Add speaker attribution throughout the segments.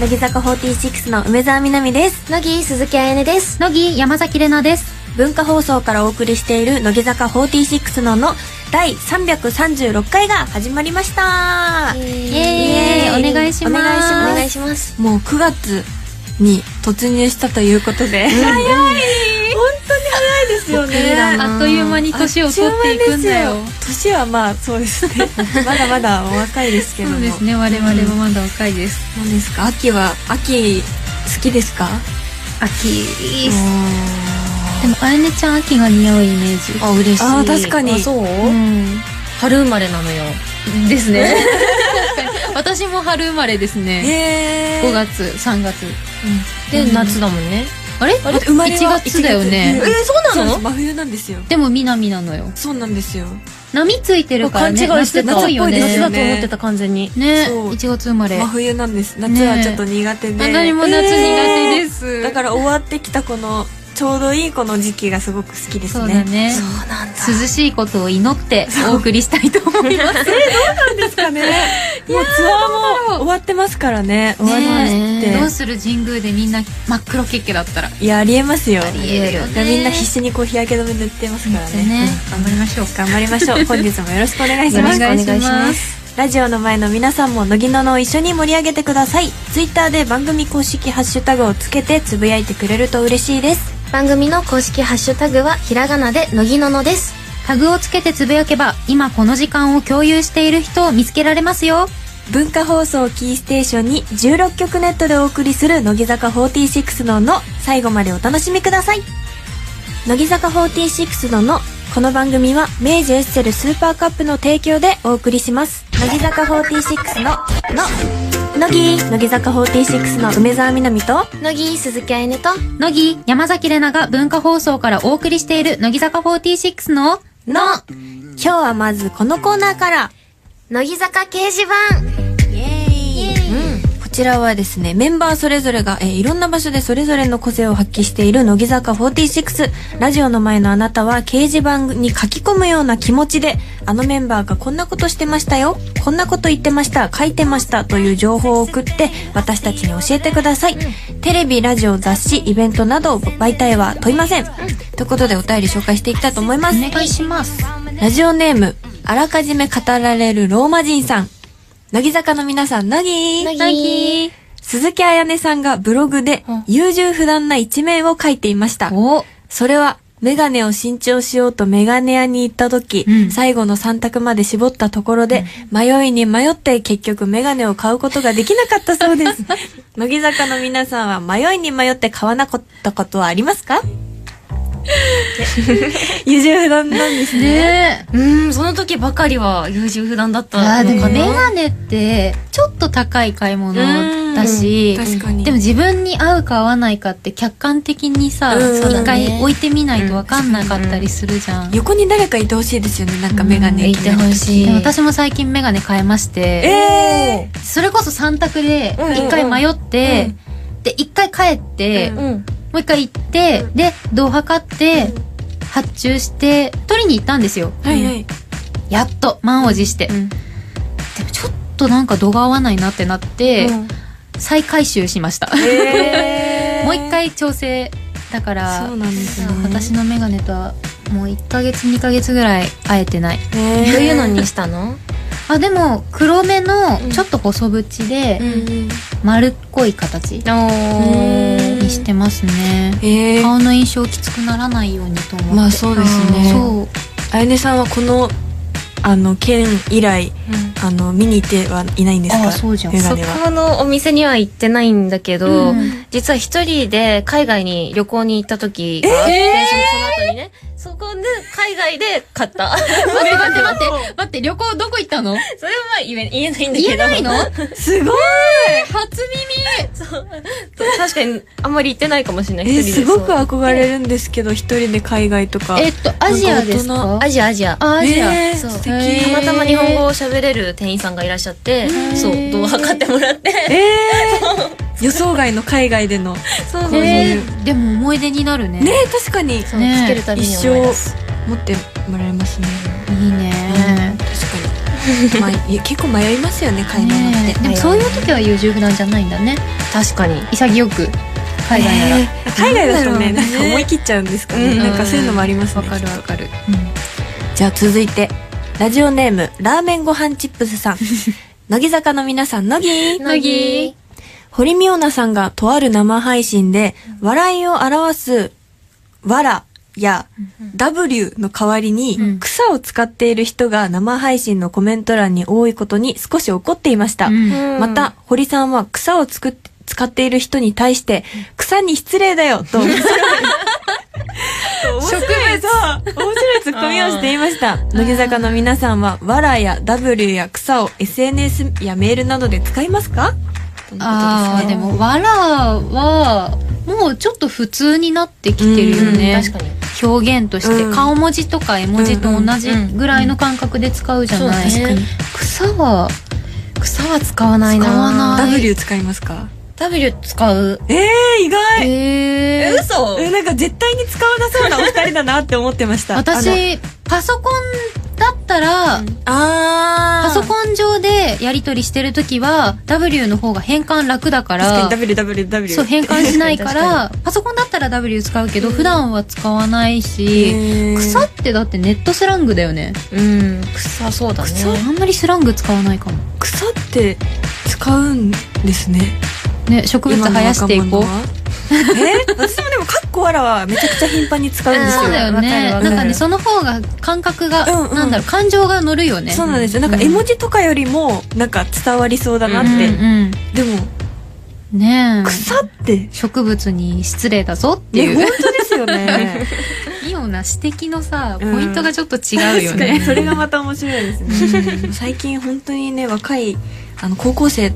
Speaker 1: 乃木坂46の梅澤美波です
Speaker 2: 乃木鈴木あやねです
Speaker 3: 乃木山崎れなです
Speaker 1: 文化放送からお送りしている乃木坂46のの第336回が始まりました
Speaker 2: イ
Speaker 3: イエ
Speaker 2: エー
Speaker 3: ー
Speaker 2: イ
Speaker 3: イお願いします
Speaker 1: お願いし
Speaker 2: お
Speaker 1: ま
Speaker 2: 願いします
Speaker 1: もう9月に突入したということで、早い本当に早いですよね
Speaker 3: あっという間に年を取っていくんだよ
Speaker 1: あっという間ですよ年はまあそうです ねまだまだお若いですけど
Speaker 3: そ
Speaker 1: も
Speaker 3: うですね我々もまだ若いです、
Speaker 1: 何ですか秋は秋好きですか
Speaker 3: 秋でもあやねちゃん秋が似合うイメージ
Speaker 2: あ嬉しい
Speaker 1: あー確かに
Speaker 2: あそう、
Speaker 3: うん
Speaker 2: 春生まれなのよ
Speaker 3: です ね私も春生まれですね
Speaker 1: え
Speaker 3: 5月3月
Speaker 2: で、
Speaker 1: うん
Speaker 2: 夏だもんね
Speaker 3: あれ
Speaker 1: あれ生まれは
Speaker 3: 1月だよね
Speaker 1: 1月
Speaker 2: えそうなの
Speaker 1: です真冬なんですよ
Speaker 3: でも南なのよ
Speaker 1: そうなんですよ
Speaker 3: 波ついてるから
Speaker 2: 勘違い
Speaker 3: ね
Speaker 2: してた
Speaker 3: 夏っぽいよ
Speaker 2: 夏だ
Speaker 3: ね
Speaker 2: と思ってた完全に
Speaker 3: ね
Speaker 1: そう
Speaker 3: 1月生まれ
Speaker 1: 真
Speaker 3: あ
Speaker 1: 冬なんです夏はちょっと苦手で、
Speaker 3: 何も夏苦手です、
Speaker 1: だから終わってきたこのちょうどいいこの時期がすごく好きですね
Speaker 3: そうだね
Speaker 1: そうなんだ
Speaker 3: 涼しいことを祈ってお送りしたいと思います
Speaker 1: ですかねいやツアーも終わってますからね終わりまし
Speaker 3: ねえどう
Speaker 1: て
Speaker 3: する神宮でみんな真っ黒ケッケだったら
Speaker 1: いやありえますよ
Speaker 3: りえるよね
Speaker 1: いやみんな必死にこう日焼け止め塗ってますからね
Speaker 3: ね頑張りましょう
Speaker 1: うん頑張りましょ う本日もよろしくお願いし
Speaker 3: よろ
Speaker 1: ま
Speaker 3: し
Speaker 1: す
Speaker 3: くお願いしま
Speaker 1: ラジオの前の皆さんも乃木ののを一緒に盛り上げてくださいツイッターで番組公式ハッシュタグをつけてつぶやいてくれると嬉しいです
Speaker 2: 番組の公式ハッシュタグはひらがなで乃木ののです
Speaker 3: タグをつけてつぶやけば今この時間を共有している人を見つけられますよ
Speaker 1: 文化放送キーステーションに16曲ネットでお送りする乃木坂46のの最後までお楽しみください乃木坂46ののこの番組は明治エッセルスーパーカップの提供でお送りします乃木坂46のの乃木乃木坂46の梅澤美波と
Speaker 2: 乃木鈴木あやねと
Speaker 3: 乃木山崎れなが文化放送からお送りしている乃木坂46の
Speaker 1: の今日はまずこのコーナーから
Speaker 2: 乃木坂掲示板
Speaker 1: イエーイこちらはですね、メンバーそれぞれが、えーいろんな場所でそれぞれの個性を発揮している乃木坂46。ラジオの前のあなたは掲示板に書き込むような気持ちで、あのメンバーがこんなことしてましたよ、こんなこと言ってました、書いてましたという情報を送って、私たちに教えてください。テレビ、ラジオ、雑誌、イベントなど媒体は問いません。ということでお便り紹介していきたいと思います。
Speaker 3: お願いします
Speaker 1: ラジオネーム、あらかじめ語られるローマ人さん。乃木坂の皆さん、乃木
Speaker 2: 乃木
Speaker 1: 鈴木彩音さんがブログで
Speaker 3: うん
Speaker 1: 優柔不断な一面を書いていました。
Speaker 3: お
Speaker 1: それは、メガネを新調しようとメガネ屋に行った時、
Speaker 3: うん
Speaker 1: 最後の3択まで絞ったところで、迷いに迷って結局メガネを買うことができなかったそう です。乃木坂の皆さんは迷いに迷って買わなかったことはあります か 優柔不断なんですね。
Speaker 3: ねえ
Speaker 2: うーんその時ばかりは優柔不断だった
Speaker 3: あーで
Speaker 2: の
Speaker 3: も
Speaker 2: か
Speaker 3: メ
Speaker 2: ね
Speaker 3: ガネってちょっと高い買い物だし
Speaker 1: 確かに。
Speaker 3: でも自分に合うか合わないかって客観的にさ
Speaker 1: うんそうだ
Speaker 3: 一
Speaker 2: ね
Speaker 3: 回置いてみないと分かんなかったりするじゃん
Speaker 1: 横に誰かいてほしいですよねなんかメガネ
Speaker 2: いてほしい
Speaker 3: でも私も最近メガネ変えまして
Speaker 1: え
Speaker 3: それこそ3択で
Speaker 1: うんうん
Speaker 3: 1回迷って、で1回帰って、
Speaker 1: うん
Speaker 3: も
Speaker 2: うん
Speaker 3: う1回行って、で度を測って、発注して取りに行ったんですよ、
Speaker 1: ー、はいはい、
Speaker 3: やっと満を持して、
Speaker 1: うん
Speaker 3: でもちょっとなんか度が合わないなってなって、
Speaker 1: うん
Speaker 3: 再回収しました、
Speaker 1: え
Speaker 3: もう1回調整だから
Speaker 1: そうなんですね
Speaker 3: 私のメガネとはもう1ヶ月2ヶ月ぐらい会えてない
Speaker 1: どう
Speaker 2: どう
Speaker 1: い
Speaker 2: いうのにしたの
Speaker 3: あでも黒目の
Speaker 1: うん
Speaker 3: ちょっと細縁で
Speaker 1: うん
Speaker 3: 丸っこい形
Speaker 1: ー
Speaker 3: にしてますね、
Speaker 1: えー、
Speaker 3: 顔の印象きつくならないようにと思って
Speaker 1: まあそうですね
Speaker 3: そう
Speaker 1: あやねさんはこのあの県以来あの見に行ってはいないんですか
Speaker 3: あそうじゃん
Speaker 1: メガ
Speaker 2: そ
Speaker 1: ネは
Speaker 2: このお店には行ってないんだけ
Speaker 3: う
Speaker 2: ど、
Speaker 3: ん
Speaker 2: 実は一人で海外に旅行に行った時があって、その後にね、そこで海外で 買った。
Speaker 3: 待って待って待って待って旅行どこ行ったの
Speaker 2: それはまあ言え言えないんだけど。
Speaker 3: 言えないの
Speaker 1: すごい
Speaker 3: 初
Speaker 2: そう確かにあんまり行ってないかもしれない。
Speaker 1: え
Speaker 2: 一
Speaker 1: ー、
Speaker 2: 人です
Speaker 1: ごく憧れるんですけど一人で海外とか
Speaker 3: 耳えっとアジアです
Speaker 1: な
Speaker 3: か
Speaker 2: アジアアジア。
Speaker 3: あアジア、
Speaker 1: ねえ
Speaker 2: そう
Speaker 1: 素敵
Speaker 2: たまたま日本語を喋れる店員さんがいらっしゃって、
Speaker 3: うん
Speaker 2: そう、動画買ってもらって。
Speaker 1: えー、予想外の海外でのね
Speaker 2: そう
Speaker 1: そう
Speaker 3: えーでも思い出になるね
Speaker 1: 確かに
Speaker 2: そう
Speaker 3: ね
Speaker 2: つけるたび
Speaker 1: 一
Speaker 2: に
Speaker 1: 生
Speaker 2: 思い出す。
Speaker 1: 持ってもらえますね
Speaker 3: いいね、
Speaker 1: 確かにまあ、い結構迷いますよね買い物って、
Speaker 3: ねえでもそういう時は優柔不断じゃないんだね
Speaker 2: 確かに
Speaker 3: 潔く海外なら、
Speaker 1: ねえ海外だとね
Speaker 3: うん
Speaker 1: なんか思い切っちゃうんですかね、
Speaker 2: うん
Speaker 1: なんかそういうのもありますね
Speaker 3: わかるわかる、
Speaker 1: じゃあ続いてラジオネームラーメンご飯チップス さん乃木坂の皆さん乃木
Speaker 2: 乃木
Speaker 1: 堀美央奈さんがとある生配信で、笑いを表す、わらや W の代わり
Speaker 3: うん
Speaker 1: に、草を使っている人が生配信のコメント欄に多いことに少し怒っていました。
Speaker 3: うん
Speaker 1: また、堀さんは草を作っ使っている人に対して、草に失礼だよ と、面白い。面白い、そう面白いツッコミをしていました。乃木坂の皆さんは、わらや W や草を SNS やメールなどで使いますかとのこと
Speaker 3: あ
Speaker 1: す
Speaker 3: ー
Speaker 1: ね
Speaker 3: でもわらはもうちょっと普通になってきてるよね、
Speaker 2: うん確かに
Speaker 3: 表現として、
Speaker 1: うん
Speaker 3: 顔文字とか絵文字と同じぐらいの感覚で使うじゃない、
Speaker 2: そうね
Speaker 3: 草は
Speaker 2: 草は使わないな
Speaker 3: 使わない
Speaker 1: W 使いますか
Speaker 2: W 使う
Speaker 1: ええ意外
Speaker 3: えー
Speaker 2: 嘘
Speaker 1: えなんか絶対に使わなそうなお二人だなって思ってました
Speaker 3: 私パソコンだったら、
Speaker 1: あ
Speaker 3: パソ
Speaker 1: ン
Speaker 3: コン上でやり取りしてる時は W の方が変換楽だから
Speaker 1: 確かに WWW
Speaker 3: そう変換しないか
Speaker 2: 確から
Speaker 3: パソコンだったら W 使うけど、普段は使わないし、
Speaker 1: えー
Speaker 3: 草ってだってネットスラングだよね、
Speaker 2: うん草そうだね
Speaker 1: 草
Speaker 3: あんまりスラング使わないかも
Speaker 1: 草って使うんですね
Speaker 3: ね植物生やしてい
Speaker 1: 今の
Speaker 3: こう
Speaker 1: 若者はえ 私もでもカッコわらはめちゃくちゃ頻繁に使うんですよ
Speaker 3: そうだよね
Speaker 2: わかるわか
Speaker 3: な
Speaker 2: る
Speaker 3: んかねその方が感覚が、
Speaker 1: うんうん
Speaker 3: なんだろう感情が乗るよね
Speaker 1: そうなんですよなんか絵文字とかよりもなんか伝わりそうだなって、
Speaker 2: うん
Speaker 3: うん
Speaker 1: でも
Speaker 3: うんねえ
Speaker 1: 草って
Speaker 3: 植物に失礼だぞって
Speaker 1: ね
Speaker 3: いう、
Speaker 1: 本当ですよ ね
Speaker 3: イオンな指摘のさポ
Speaker 1: うん
Speaker 3: イントがちょっと違うよ
Speaker 1: 確かに
Speaker 3: ね、
Speaker 1: それがまた面白いですね最近本当にね若いあの高校生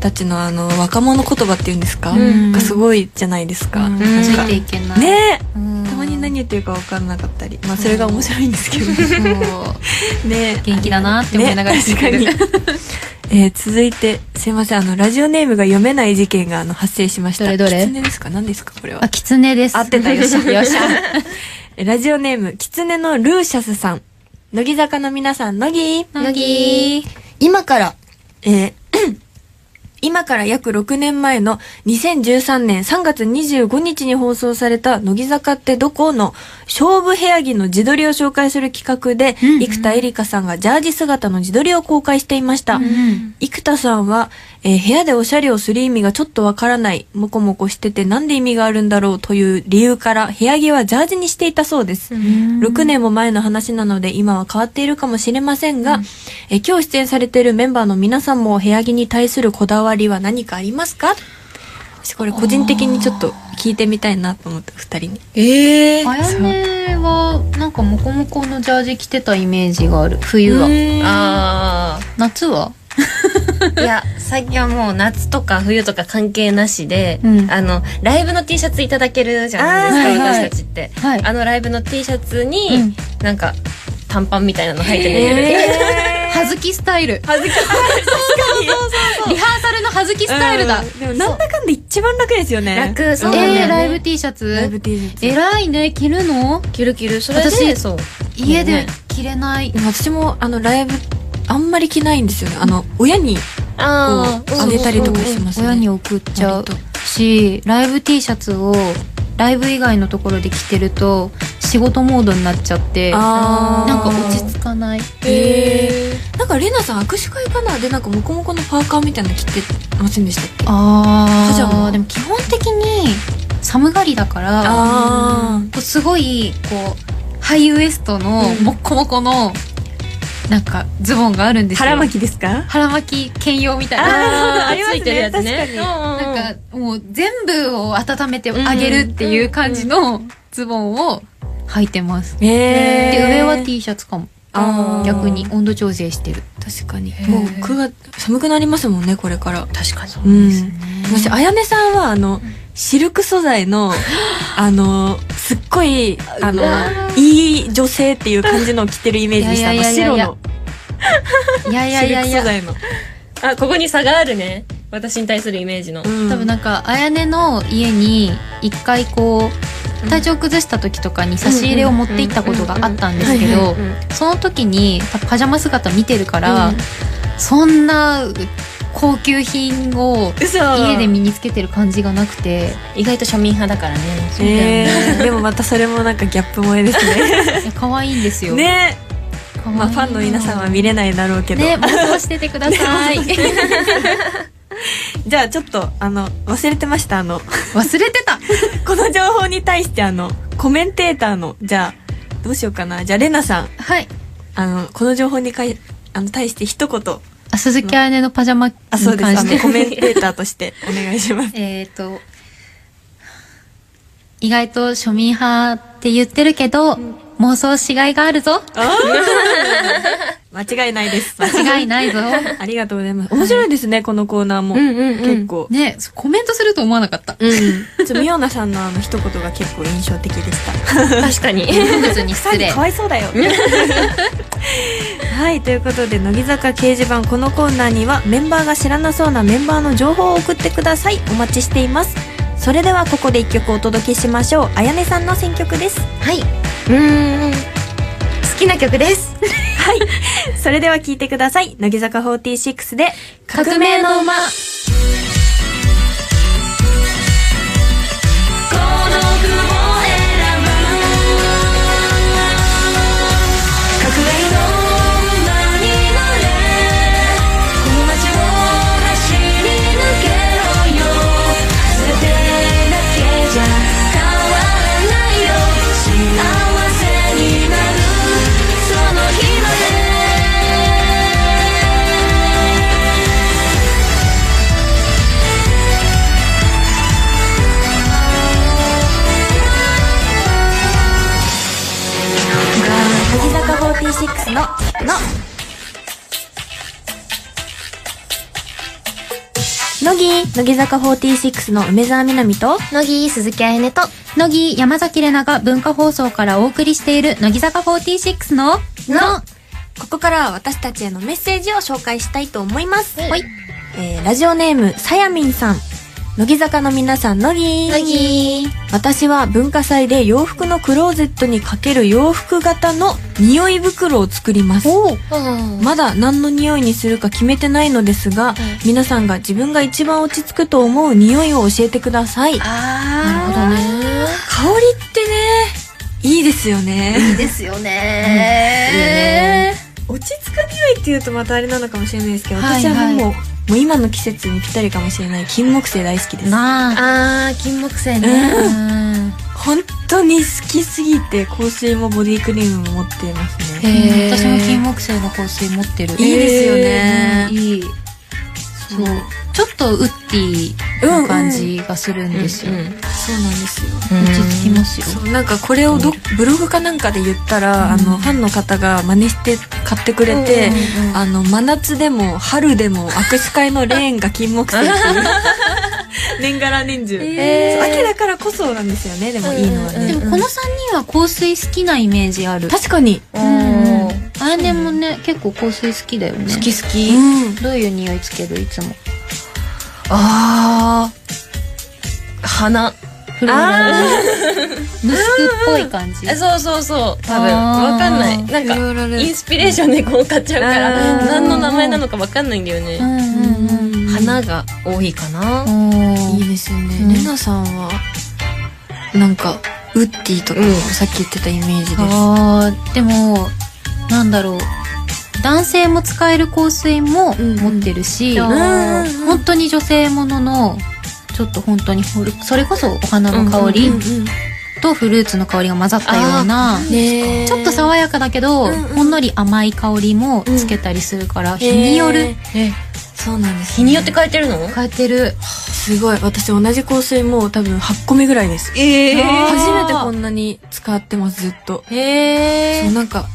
Speaker 1: たちのあの若者言葉っていうんですか、
Speaker 3: うん
Speaker 1: がすごいじゃないですか、
Speaker 3: うん
Speaker 1: な
Speaker 3: つ
Speaker 1: ん
Speaker 3: い
Speaker 1: か
Speaker 3: ていけない、
Speaker 1: ね
Speaker 3: うん
Speaker 1: たまに何言ってるか分かんなかったりまあそれが面白いんですけど
Speaker 3: そう
Speaker 1: ね
Speaker 3: 元気だなって思いながら
Speaker 1: ね
Speaker 3: 聞いてる
Speaker 1: 確かに えー続いてすいませんあのラジオネームが読めない事件があの発生しました
Speaker 3: どれどれ
Speaker 1: 狐ですか何ですかこれは
Speaker 3: あ、キツネです。
Speaker 1: 合ってたよっしゃ
Speaker 3: よっしゃ。
Speaker 1: ラジオネーム、キツネのルーシャスさん。乃木坂の皆さん、乃木
Speaker 3: 乃木
Speaker 1: 今から、えー 今から約6年前の2013年3月25日に放送された乃木坂ってどこの勝負部屋着の自撮りを紹介する企画で、
Speaker 3: うんうん
Speaker 1: 生田絵梨花さんがジャージ姿の自撮りを公開していました。
Speaker 3: うん
Speaker 1: 生田さんは、えー部屋でおしゃれをする意味がちょっとわからない、もこもこしててなんで意味があるんだろうという理由から、部屋着はジャージにしていたそうです。6年も前の話なので今は変わっているかもしれませんが、えー今日出演されているメンバーの皆さんも部屋着に対するこだわりは何かありますか私これ個人的にちょっと聞いてみたいなと思って、二人に。
Speaker 2: ええ
Speaker 3: あやねは、なんかモコモコのジャージ着てたイメージがある。冬は。
Speaker 2: あ
Speaker 3: 夏は
Speaker 2: あ いや最近はもう夏とか冬とか関係なしで、
Speaker 3: うん
Speaker 2: あのライブの T シャツいただけるじゃないですか、
Speaker 3: あーはいはい
Speaker 2: 私たちって、
Speaker 3: はい
Speaker 2: あのライブの T シャツに、
Speaker 3: うん
Speaker 2: なんか短パンみたいなの履いてみる、
Speaker 1: え
Speaker 3: はずきスタイル。
Speaker 2: 恥ずかしい
Speaker 3: リハーサルのはずきスタイルだ。
Speaker 1: うんでもなんだかんだ一番楽ですよね。
Speaker 2: 楽そうなんだよね、
Speaker 3: えー、ライブ T シャ
Speaker 1: ライブ
Speaker 3: ツ
Speaker 1: T シャツ。
Speaker 3: 偉いね、着るの
Speaker 2: キルキルそれで
Speaker 3: 私
Speaker 2: そう
Speaker 3: 家で
Speaker 2: ね
Speaker 3: 着れない
Speaker 1: で。も私もあのライブあんまり着ないんですよねあの親にこう
Speaker 2: あー
Speaker 1: あげたりとかしますね
Speaker 3: 親に送っちゃう
Speaker 1: 割と
Speaker 3: し、ライブ T シャツを、ライブ以外のところで着てると、仕事モードになっちゃって、な
Speaker 1: あー
Speaker 3: んか落ち着かない。
Speaker 1: へーなんかレナさん握手会かなでなんかモコモコのパーカーみたいなの着てませんでしたっけ
Speaker 3: あ
Speaker 1: パジャマ
Speaker 3: でも基本的に寒がりだから
Speaker 1: あ
Speaker 3: こうすごいこうハイウエストの
Speaker 1: うん
Speaker 3: もっこもこの、なんかズボンがあるんですよ
Speaker 1: きですか
Speaker 3: 腹巻き兼用みたいな
Speaker 1: あーあります
Speaker 2: つ
Speaker 1: ね
Speaker 2: いてるやつね
Speaker 1: 確か
Speaker 2: うん
Speaker 3: なんかもう全部を温めてあげるっていう感じのズボンを履いてます、
Speaker 1: へえ
Speaker 3: で上は T シャツかも
Speaker 1: あー
Speaker 3: 逆に温度調整してる
Speaker 1: 確かに
Speaker 3: ー
Speaker 1: もう9月寒くなりますもんねこれから
Speaker 2: 確かにそう
Speaker 1: うん
Speaker 3: ですね
Speaker 1: もしあやねさんはあのシルク素材 のあのすっごいあの
Speaker 2: うわ
Speaker 1: いい女性っていう感じのを着てるイメージでしたあ
Speaker 3: い
Speaker 1: の
Speaker 3: やいやいや
Speaker 1: 白
Speaker 3: いや
Speaker 1: の
Speaker 3: いやいや
Speaker 1: シ
Speaker 3: い
Speaker 1: ル
Speaker 3: や
Speaker 1: ク
Speaker 3: い
Speaker 1: 素
Speaker 3: や
Speaker 1: 材の
Speaker 2: あここに差があるね私に対するイメージの、
Speaker 1: うん
Speaker 3: 多分なんかあやねの家に一回こう体調崩した時とかに差し入れを持って行ったことがあったんですけ
Speaker 1: うんうんうん
Speaker 3: どその時にパジャマ姿見てるから、そんな高級品を
Speaker 1: 嘘
Speaker 3: 家で身につけてる感じがなくて
Speaker 2: 意外と庶民派だからね
Speaker 3: うだよね
Speaker 1: えーでもまたそれもなんかギャップ萌えですね
Speaker 3: いや可愛いんですよ。
Speaker 1: ね
Speaker 3: 可愛い
Speaker 1: まあファンの皆さんは見れないだろうけど、
Speaker 3: ね妄想しててください。
Speaker 1: じゃあちょっとあの忘れてましたあの
Speaker 3: 忘れてた。
Speaker 1: この情報に対してあのコメンテーターのじゃあどうしようかなじゃあレナさん
Speaker 3: はい。
Speaker 1: あのこの情報にかいあの対して一言
Speaker 3: あ鈴木あ音のパジャマに
Speaker 1: あそうです
Speaker 3: 関
Speaker 1: あ
Speaker 3: し
Speaker 1: の
Speaker 3: て
Speaker 1: コメンテーターとしてお願いします
Speaker 3: えっと意外と庶民派って言ってるけど、妄想しがい があるぞ。
Speaker 1: 間違いないです
Speaker 3: 間違いないぞ。
Speaker 1: ありがとうございます面白いですねこのコーナーも、
Speaker 2: うんうんうん
Speaker 1: 結構、
Speaker 3: ねコメントすると思わなかった。
Speaker 1: ちょっとミオナさんのあの一言が結構印象的でした
Speaker 2: 確かに
Speaker 3: 別に失礼
Speaker 1: か。わいそうだ よはいということで乃木坂掲示板このコーナーにはメンバーが知らなそうなメンバーの情報を送ってくださいお待ちしていますそれではここで一曲お届けしましょうあやねさんの選曲です
Speaker 2: はいうん好きな 曲です
Speaker 1: それでは聴いてください乃木坂46で
Speaker 3: 革命の馬
Speaker 1: 乃木坂46の「の」乃木乃木坂46の梅澤美波と
Speaker 2: 乃木鈴木あ音と
Speaker 3: 乃木山崎怜奈が文化放送からお送りしている乃木坂46のの
Speaker 1: ここからは私たちへのメッセージを紹介したいと思います。
Speaker 2: はい
Speaker 1: えーラジオネーム、さやみんさん。乃木坂の皆さん、乃木
Speaker 2: 乃木
Speaker 1: 私は文化祭で洋服のクローゼットにかける洋服型の匂い袋を作ります。
Speaker 2: ま
Speaker 1: まだ何の匂いにするか決めてないのですが、皆さんが自分が一番落ち着くと思う匂いを教えてください。香
Speaker 2: あなるほどね
Speaker 1: りってね、いいですよね。
Speaker 2: いいですよね
Speaker 1: 落ち着く匂いっていうとまたあれなのかもしれないですけど、
Speaker 3: はい
Speaker 1: 私はもう,、
Speaker 3: は
Speaker 1: もう今の季節にぴったりかもしれない金木犀大好きです
Speaker 3: なあ
Speaker 2: あー金木犀
Speaker 1: ね
Speaker 2: ね
Speaker 3: うん
Speaker 1: 本当に好きすぎて香水もボディクリームも持っていますね
Speaker 3: へー私も金木犀の香水持ってる
Speaker 1: いいですよね
Speaker 3: うんいいそうちょっとウッディな感じがするんですよ、
Speaker 1: そうなんですよ
Speaker 3: 落ち着きますよ
Speaker 1: そうなんかこれをどブログかなんかで言ったら、あのファンの方が真似して買ってくれて、あの真夏でも春でも握手会のレーンが金木犀っていう 年がら年中、
Speaker 2: えー
Speaker 1: そう秋だからこそなんですよねでもいいのはね、
Speaker 2: うんうんうん
Speaker 3: でもこの3人は香水好きなイメージある
Speaker 1: 確かに
Speaker 3: うんあやねもね結構香水好きだよね
Speaker 2: き好き
Speaker 1: うん
Speaker 3: どういう匂いつけるいつも
Speaker 2: ああ花
Speaker 3: フローラルム スクっぽい感じ
Speaker 2: そうそうそう多分
Speaker 3: あー
Speaker 2: わかんないなんか
Speaker 1: ロ
Speaker 2: インスピレーションでこう買っちゃうから
Speaker 1: あー
Speaker 2: 何の名前なのかわかんないんだよ
Speaker 3: う
Speaker 2: ね
Speaker 3: んうんうん
Speaker 2: 花が多いかな
Speaker 3: お
Speaker 1: いい
Speaker 3: ー
Speaker 1: ですよね、
Speaker 3: うん
Speaker 1: レナさんはなんかウッディとか
Speaker 2: うん
Speaker 1: さっき言ってたイメージです、
Speaker 3: あーでもなんだろう男性も使える香水も
Speaker 1: うんうん
Speaker 3: 持ってるし、
Speaker 1: うんうん
Speaker 3: 本当に女性もののちょっと本当にほるそれこそお花の香り
Speaker 1: うんうん
Speaker 3: とフルーツの香りが混ざったような、
Speaker 1: ね
Speaker 3: ちょっと爽やかだけど、
Speaker 1: うんうん
Speaker 3: ほんのり甘い香りもつけたりするから、日によ
Speaker 1: へ
Speaker 3: る
Speaker 1: ーそうなんです、
Speaker 2: 日によって変えてるの
Speaker 3: 変えてる
Speaker 1: すごい私同じ香水もう多分8個目ぐらいです
Speaker 2: え
Speaker 3: ー
Speaker 1: 初めてこんなに使ってますずっと
Speaker 3: へ
Speaker 1: そうなんか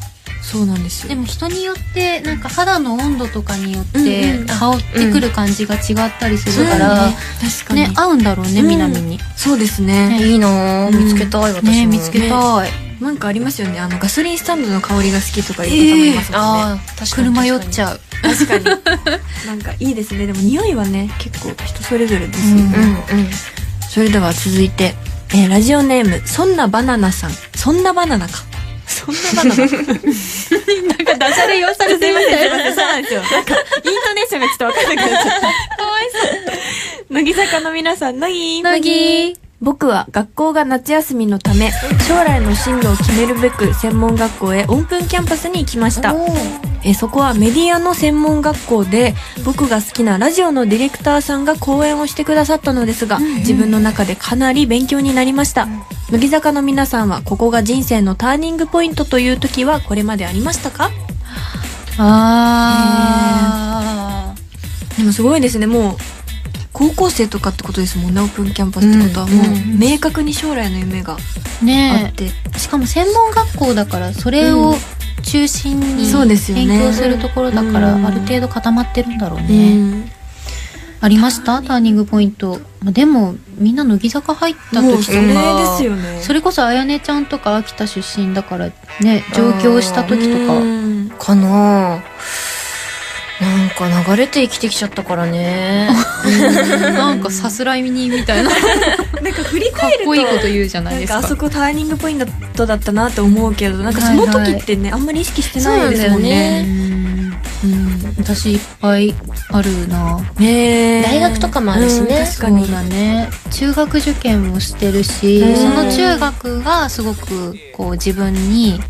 Speaker 1: そうなんです
Speaker 3: で
Speaker 1: よ
Speaker 3: も人によってなんか肌の温度とかによって
Speaker 1: うんうん
Speaker 3: 香ってくる感じが違ったりす
Speaker 1: そう
Speaker 3: る
Speaker 1: だ
Speaker 3: か、
Speaker 1: からら確かに、
Speaker 3: ね合うんだろうね、
Speaker 1: うん
Speaker 3: 南に
Speaker 1: そうですね
Speaker 2: いいなあ
Speaker 1: うん
Speaker 2: 見つけたい私も
Speaker 3: ね見つけたい、
Speaker 1: なんかありますよねあのガソリンスタンドの香りが好きとかいう方もいますもんね、
Speaker 2: ああ確かに
Speaker 3: 車酔っち
Speaker 2: ゃ
Speaker 3: ゃう
Speaker 1: 確かに なんかいいですねでも匂いはね結構人それぞれですよね、
Speaker 3: うん
Speaker 2: うんうん
Speaker 1: それでは続いてえーラジオネーム、そんなバナナさん。そんなバナナか。そんなバナナ。 なんかダジャレ言わされてみたいな。そうなんですよ。なんか、イントネーションがちょっとわかんなくなっちゃった。かわいそう。乃木坂の皆さん、乃木
Speaker 3: 乃木
Speaker 1: 僕は学校が夏休みのため、将来の進路を決めるべく専門学校へオープンキャンパスに行きました。えーそこはメディアの専門学校で僕が好きなラジオのディレクターさんが講演をしてくださったのですが、自分の中でかなり勉強になりました、乃木坂の皆さんはここが人生のターニングポイントという時はこれまでありましたか
Speaker 3: あ
Speaker 1: でもすごいですねもう高校生とかってことですもんねオープンキャンパスってことは
Speaker 3: うん
Speaker 1: もう
Speaker 3: うん
Speaker 1: 明確に将来の夢があ
Speaker 3: ー
Speaker 1: っ
Speaker 3: ね
Speaker 1: て、
Speaker 3: えしかも専門学校だからそれ
Speaker 1: う
Speaker 3: を
Speaker 1: ん
Speaker 3: 中心に
Speaker 1: そうですよね
Speaker 3: 勉強するところだから
Speaker 1: うん
Speaker 3: ある程度固まってるんだろう
Speaker 1: う
Speaker 3: ね
Speaker 1: ん
Speaker 3: ありましたターニングポイントまあでもみんな乃木坂入った
Speaker 1: もう
Speaker 3: 時
Speaker 1: そ
Speaker 3: と
Speaker 1: れで
Speaker 3: か
Speaker 1: すよね
Speaker 3: それこそあやねちゃんとか秋田出身だからね上京した時とか
Speaker 1: うん
Speaker 2: かなあなんか流れて生きてきちゃったから ね。
Speaker 3: なんかさすらいにみたいなか
Speaker 1: なんか振り
Speaker 3: っ
Speaker 1: 返る
Speaker 3: こいい
Speaker 1: と
Speaker 3: こと言うじゃない
Speaker 1: なん
Speaker 3: です
Speaker 1: か
Speaker 3: か
Speaker 1: あそこターニングポイントだったなと思うけどなんかその時ってね、あんまり意識してないですもんね。
Speaker 3: うん私いっぱいあるな
Speaker 1: ねえ
Speaker 2: 大学とかもあるしね
Speaker 1: うん確かに
Speaker 3: そうだね中学受験もしてるし
Speaker 1: うん
Speaker 3: その中学がすごくこう自分に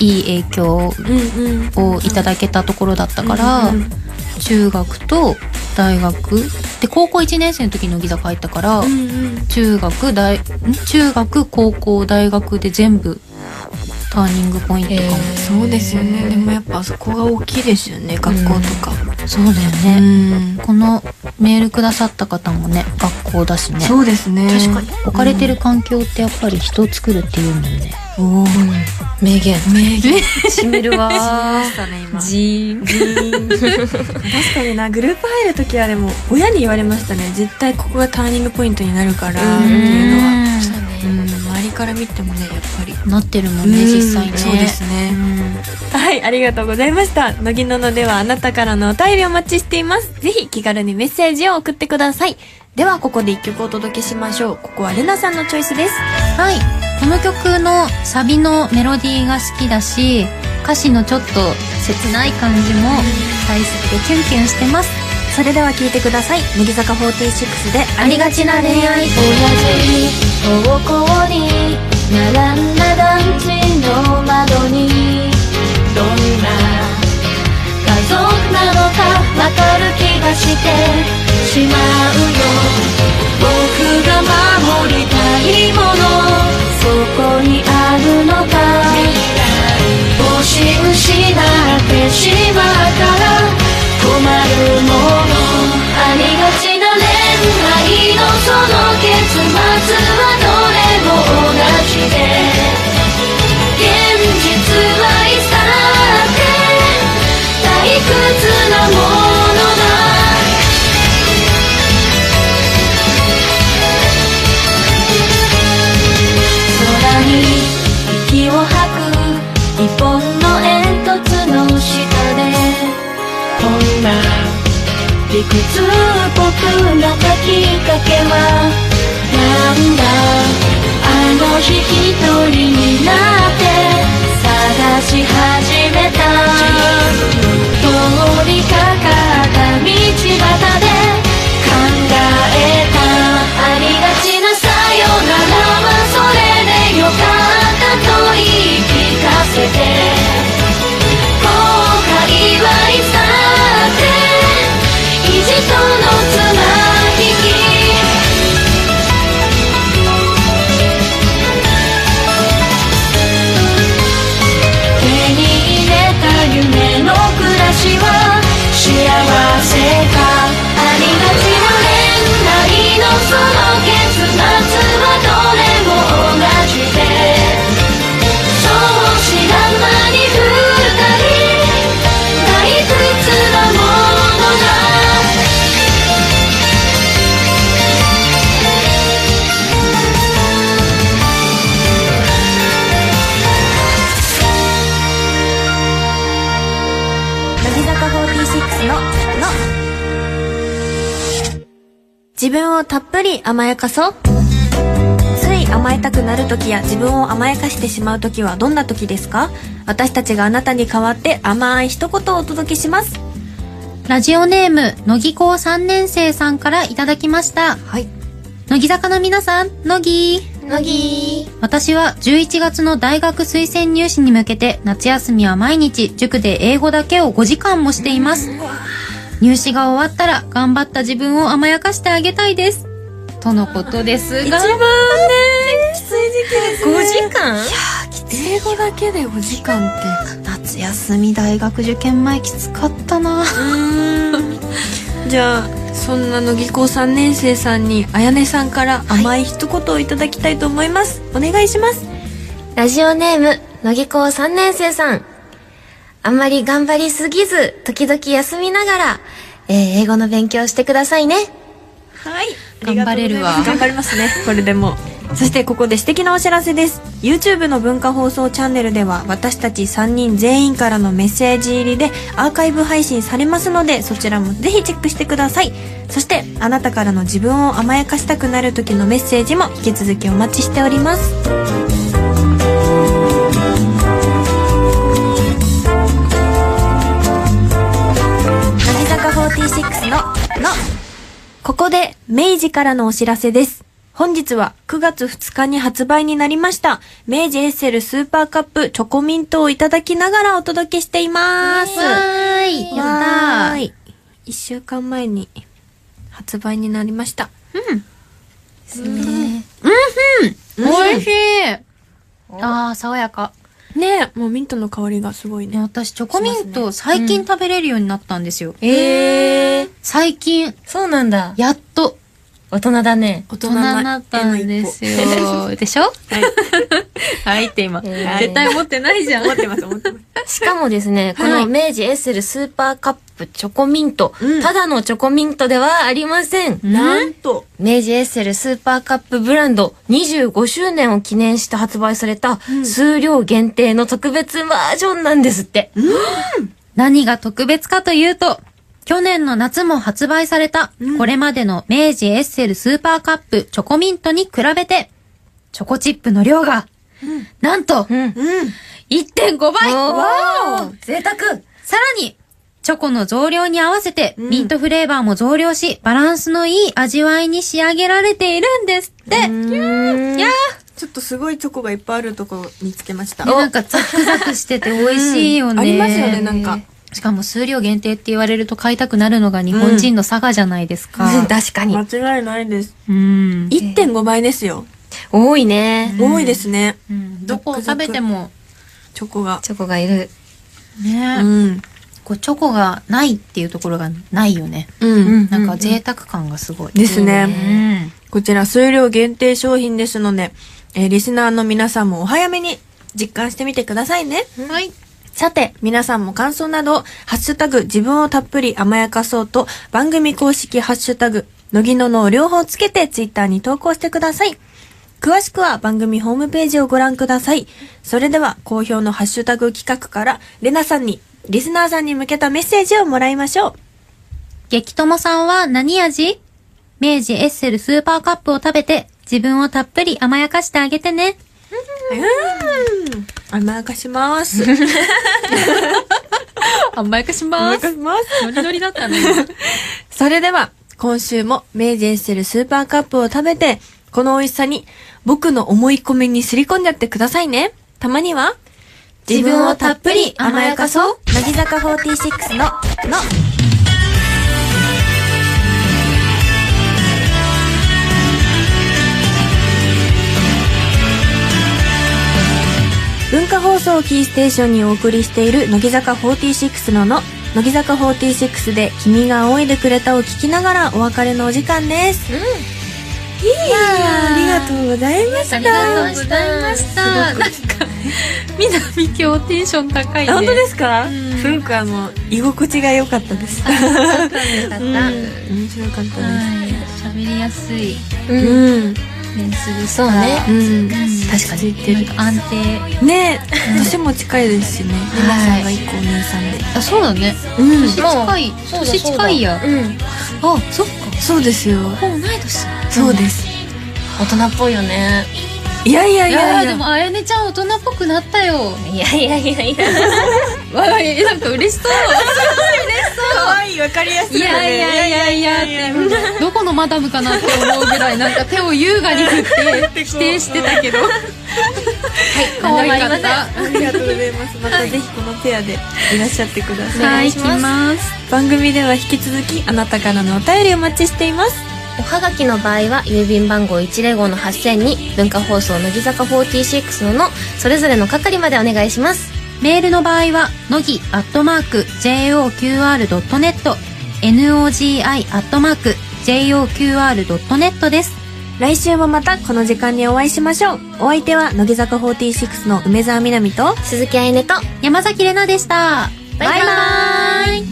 Speaker 3: いい影響
Speaker 1: うんうん
Speaker 3: をいただけたところだったから、
Speaker 1: うんうん
Speaker 3: 中学と大学で高校1年生の時に乃木坂入ったから、
Speaker 1: うん
Speaker 3: 中学大ん中学高校大学で全部ターニングポイントかも、
Speaker 1: そうですよねでもやっぱあそこが大きいですよね学校とか
Speaker 3: そうだよ
Speaker 1: う
Speaker 3: ね、
Speaker 1: ん
Speaker 3: このメールくださった方もね学校だしね
Speaker 1: そうですね
Speaker 2: 確かに
Speaker 3: 置かれてる環境ってやっぱり人を作るっていうもんね
Speaker 1: おお
Speaker 2: 名言。
Speaker 1: 名言
Speaker 2: しみ るわ。
Speaker 1: したね今
Speaker 2: じー
Speaker 1: 確かになグループ入る時はでも親に言われましたね絶対ここがターニングポイントになるからっていうのはうん周りから見てもねやっぱり
Speaker 3: なってるもんね実際ね
Speaker 1: そうですね、はいありがとうございました乃木ののではあなたからのお便りをお待ちしていますぜひ気軽にメッセージを送ってくださいではここで一曲お届けしましょうここはレナさんのチョイスです
Speaker 3: はいこの曲のサビのメロディーが好きだし歌詞のちょっと切ない感じも大好きでキュンキュンしてます
Speaker 1: それでは聴いてください乃木坂46でありがちな恋愛
Speaker 4: 高校に並んだ団地の窓にどんな家族なのかわかる気がしてしまうよ僕が守りたいものそこにあるのかもし失ってしまったら困るものありがちな恋愛のその結末はどれも同じで現実はいつだって退屈なものだ空に息を吐く一本の煙突の下でこんな理屈っぽくなったきっかけはなんだあの日一人になって探し始めた通りかかった道端で考えたありがちなさよならはそれでよかったと言い聞かせて後悔はいさって意地とのつま引き手に入れた夢の暮らしは幸せかありがちな恋愛のその結末はどれも同じでそう知らない二人退屈なものだ
Speaker 1: 乃木坂46の、の、自分をたっぷり甘やかそう。つい甘えたくなる時や自分を甘やかしてしまう時はどんな時ですか私たちがあなたに代わって甘い一言をお届けします
Speaker 3: ラジオネーム、乃木高3年生さんからいただきました。
Speaker 1: はい
Speaker 3: 乃木坂の皆さん、乃木
Speaker 4: 乃木
Speaker 3: 私は11月の大学推薦入試に向けて夏休みは毎日塾で英語だけを5時間もしています。入試が終わったら頑張った自分を甘やかしてあげたいです。とのことですが、
Speaker 1: きつい時期で
Speaker 2: 5時間
Speaker 1: 英語だけで5時間って
Speaker 3: 夏休み大学受験前きつかったな。
Speaker 1: じゃあそんな乃木高3年生さんにあやねさんから甘い一言をいただきたいと思います、お願いします
Speaker 2: ラジオネーム、乃木高3年生さん。あんまり頑張りすぎず、時々休みながら、えー英語の勉強してくださいね。
Speaker 1: はい
Speaker 3: 頑張れるわ
Speaker 1: ありがとうございます頑張りますねこれでもそしてここで素敵なお知らせです YouTube の文化放送チャンネルでは私たち3人全員からのメッセージ入りでアーカイブ配信されますのでそちらもぜひチェックしてくださいそしてあなたからの自分を甘やかしたくなる時のメッセージも引き続きお待ちしております乃木坂46の、の、ここで、明治からのお知らせです。本日は9月2日に発売になりました、明治エッセルスーパーカップチョコミントをいただきながらお届けしています。
Speaker 3: ーい。や
Speaker 1: わ
Speaker 3: だ
Speaker 1: ー
Speaker 3: ー。
Speaker 1: い。1週間前に発売になりました。
Speaker 3: 美味しい。あー、爽やか。
Speaker 1: ねえ、もうミントの香りがすごい
Speaker 3: ね、
Speaker 1: ね。
Speaker 3: 私、チョコミント、最近食べれるようになったんですよ。
Speaker 2: ええー。
Speaker 3: 最近、
Speaker 2: そうなんだ。
Speaker 3: やっと、
Speaker 2: 大人だね。
Speaker 1: 大
Speaker 3: 大人になったんですよ。 でしょはいって今。
Speaker 2: ー
Speaker 3: 絶対持ってないじゃん。
Speaker 1: 思 ってます、思ってます。
Speaker 2: しかもですね、こ
Speaker 3: は
Speaker 2: の
Speaker 3: い
Speaker 2: 明治エッセルスーパーカップチョコミント、
Speaker 1: うん
Speaker 2: ただのチョコミントではありません。
Speaker 1: なんと、
Speaker 2: 明治エッセルスーパーカップブランド25周年を記念して発売された数量限定の特別バージョンなんですって。
Speaker 3: 何が特別かというと、去年の夏も発売された、これまでの明治エッセルスーパーカップチョコミントに比べて、チョコチップの量が、なんと、
Speaker 2: うん。
Speaker 1: うん。
Speaker 3: 1.5倍
Speaker 2: わお贅沢
Speaker 3: さらに、チョコの増量に合わせて、ミントフレーバーも増量し、バランスのいい味わいに仕上げられているんですって。いや
Speaker 1: ちょっとすごいチョコがいっぱいあるとこ見つけました
Speaker 3: ー、ね、なんかザクザクしてて美味しいよね、
Speaker 1: ありますよね、なんか。
Speaker 3: しかも数量限定って言われると買いたくなるのが日本人の佐賀じゃないですか。
Speaker 2: 確かに。
Speaker 1: 間違いないです。
Speaker 3: うん。
Speaker 1: 1.5倍ですよ。
Speaker 2: 多いね。
Speaker 1: 多いですね。
Speaker 3: うんどこを食べても、
Speaker 1: チョコが。
Speaker 2: チョコがいる。
Speaker 3: ね、
Speaker 1: うん。
Speaker 3: こうチョコがないっていうところがないよね。
Speaker 1: う
Speaker 3: うん、なんか贅沢感がすごい。
Speaker 1: ですね。
Speaker 3: うん。
Speaker 1: こちら数量限定商品ですので、えーリスナーの皆さんもお早めに実感してみてくださいね。
Speaker 3: はい。
Speaker 1: さて、皆さんも感想など、ハッシュタグ、自分をたっぷり甘やかそうと、番組公式ハッシュタグ、のぎののを両方つけてツイッターに投稿してください。詳しくは番組ホームページをご覧ください。それでは、好評のハッシュタグ企画から、レナさんに、リスナーさんに向けたメッセージをもらいましょう。
Speaker 3: 激友さんは何味明治エッセルスーパーカップを食べて、自分をたっぷり甘やかしてあげてね。
Speaker 1: うん。甘やかします。
Speaker 3: 甘やかし
Speaker 1: 甘
Speaker 3: ま
Speaker 1: やかします。
Speaker 3: ノリノリだったね。
Speaker 1: それでは、今週も明治エッセルスーパーカップを食べて、この美味しさに僕の思い込みにすり込んじゃってくださいね。たまには、。
Speaker 3: 自分をたっぷり甘やかそう
Speaker 1: 乃木坂46の、の。文化放送をキーステーションにお送りしている乃木坂46のの乃木坂46で「君が仰いでくれた」を聞きながらお別れのお時間です、うん、いいありがとうございました
Speaker 3: ありがとうございました。なんか、南今日テンション高いね。
Speaker 1: あ本当ですか、
Speaker 3: ん
Speaker 1: すごくあの居心地が良かったです、
Speaker 3: だっ
Speaker 1: うん、
Speaker 3: は
Speaker 1: 面白かったです
Speaker 3: い。喋りやすい。
Speaker 2: うん。
Speaker 1: うん、
Speaker 3: ね、する
Speaker 2: そうね。
Speaker 1: うん、
Speaker 2: 確かに。
Speaker 3: なんか安定。
Speaker 1: ね年も近いですしね皆さんが一個お姉さんで、
Speaker 3: あ、そうだね。
Speaker 1: うん
Speaker 3: 年近い。
Speaker 2: そうだ
Speaker 3: 年近いや。
Speaker 2: うん。
Speaker 3: あ、そっか。
Speaker 1: そうですよ
Speaker 3: もう同い年。
Speaker 1: そうです
Speaker 2: 大人っぽいよね。
Speaker 1: ういやいや
Speaker 3: い
Speaker 1: い
Speaker 3: や
Speaker 1: やい
Speaker 3: ーで
Speaker 1: や
Speaker 3: もあやねちゃん大人っぽくなったよ
Speaker 2: いやいやいやい や。
Speaker 3: わいなんか嬉しそう
Speaker 1: 可愛いわかりやす
Speaker 3: いやいやいやいやってどこのマダムかなって思うぐらいなんか手を優雅に振って否定してたけどはい可愛かった
Speaker 1: ありがとうございますまたぜひこのペアでいらっしゃってください、
Speaker 3: はいい来ます
Speaker 1: 番組では引き続きあなたからのお便りお待ちしています
Speaker 2: おはがきの場合は郵便番号105の8000に文化放送乃木坂46ののそれぞれの係までお願いします
Speaker 3: メールの場合は、のぎアットマーク、joqr.net、nogi アットマーク、joqr.net です。
Speaker 1: 来週もまたこの時間にお会いしましょうお相手は乃木坂46の梅澤美波と
Speaker 2: 鈴木愛音と
Speaker 3: 山崎れなでした。
Speaker 2: バイバーイ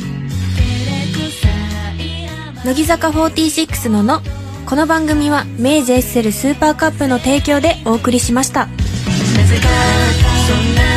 Speaker 1: 乃木坂46ののこの番組は明治エッセルスーパーカップの提供でお送りしました
Speaker 4: なぜかそんな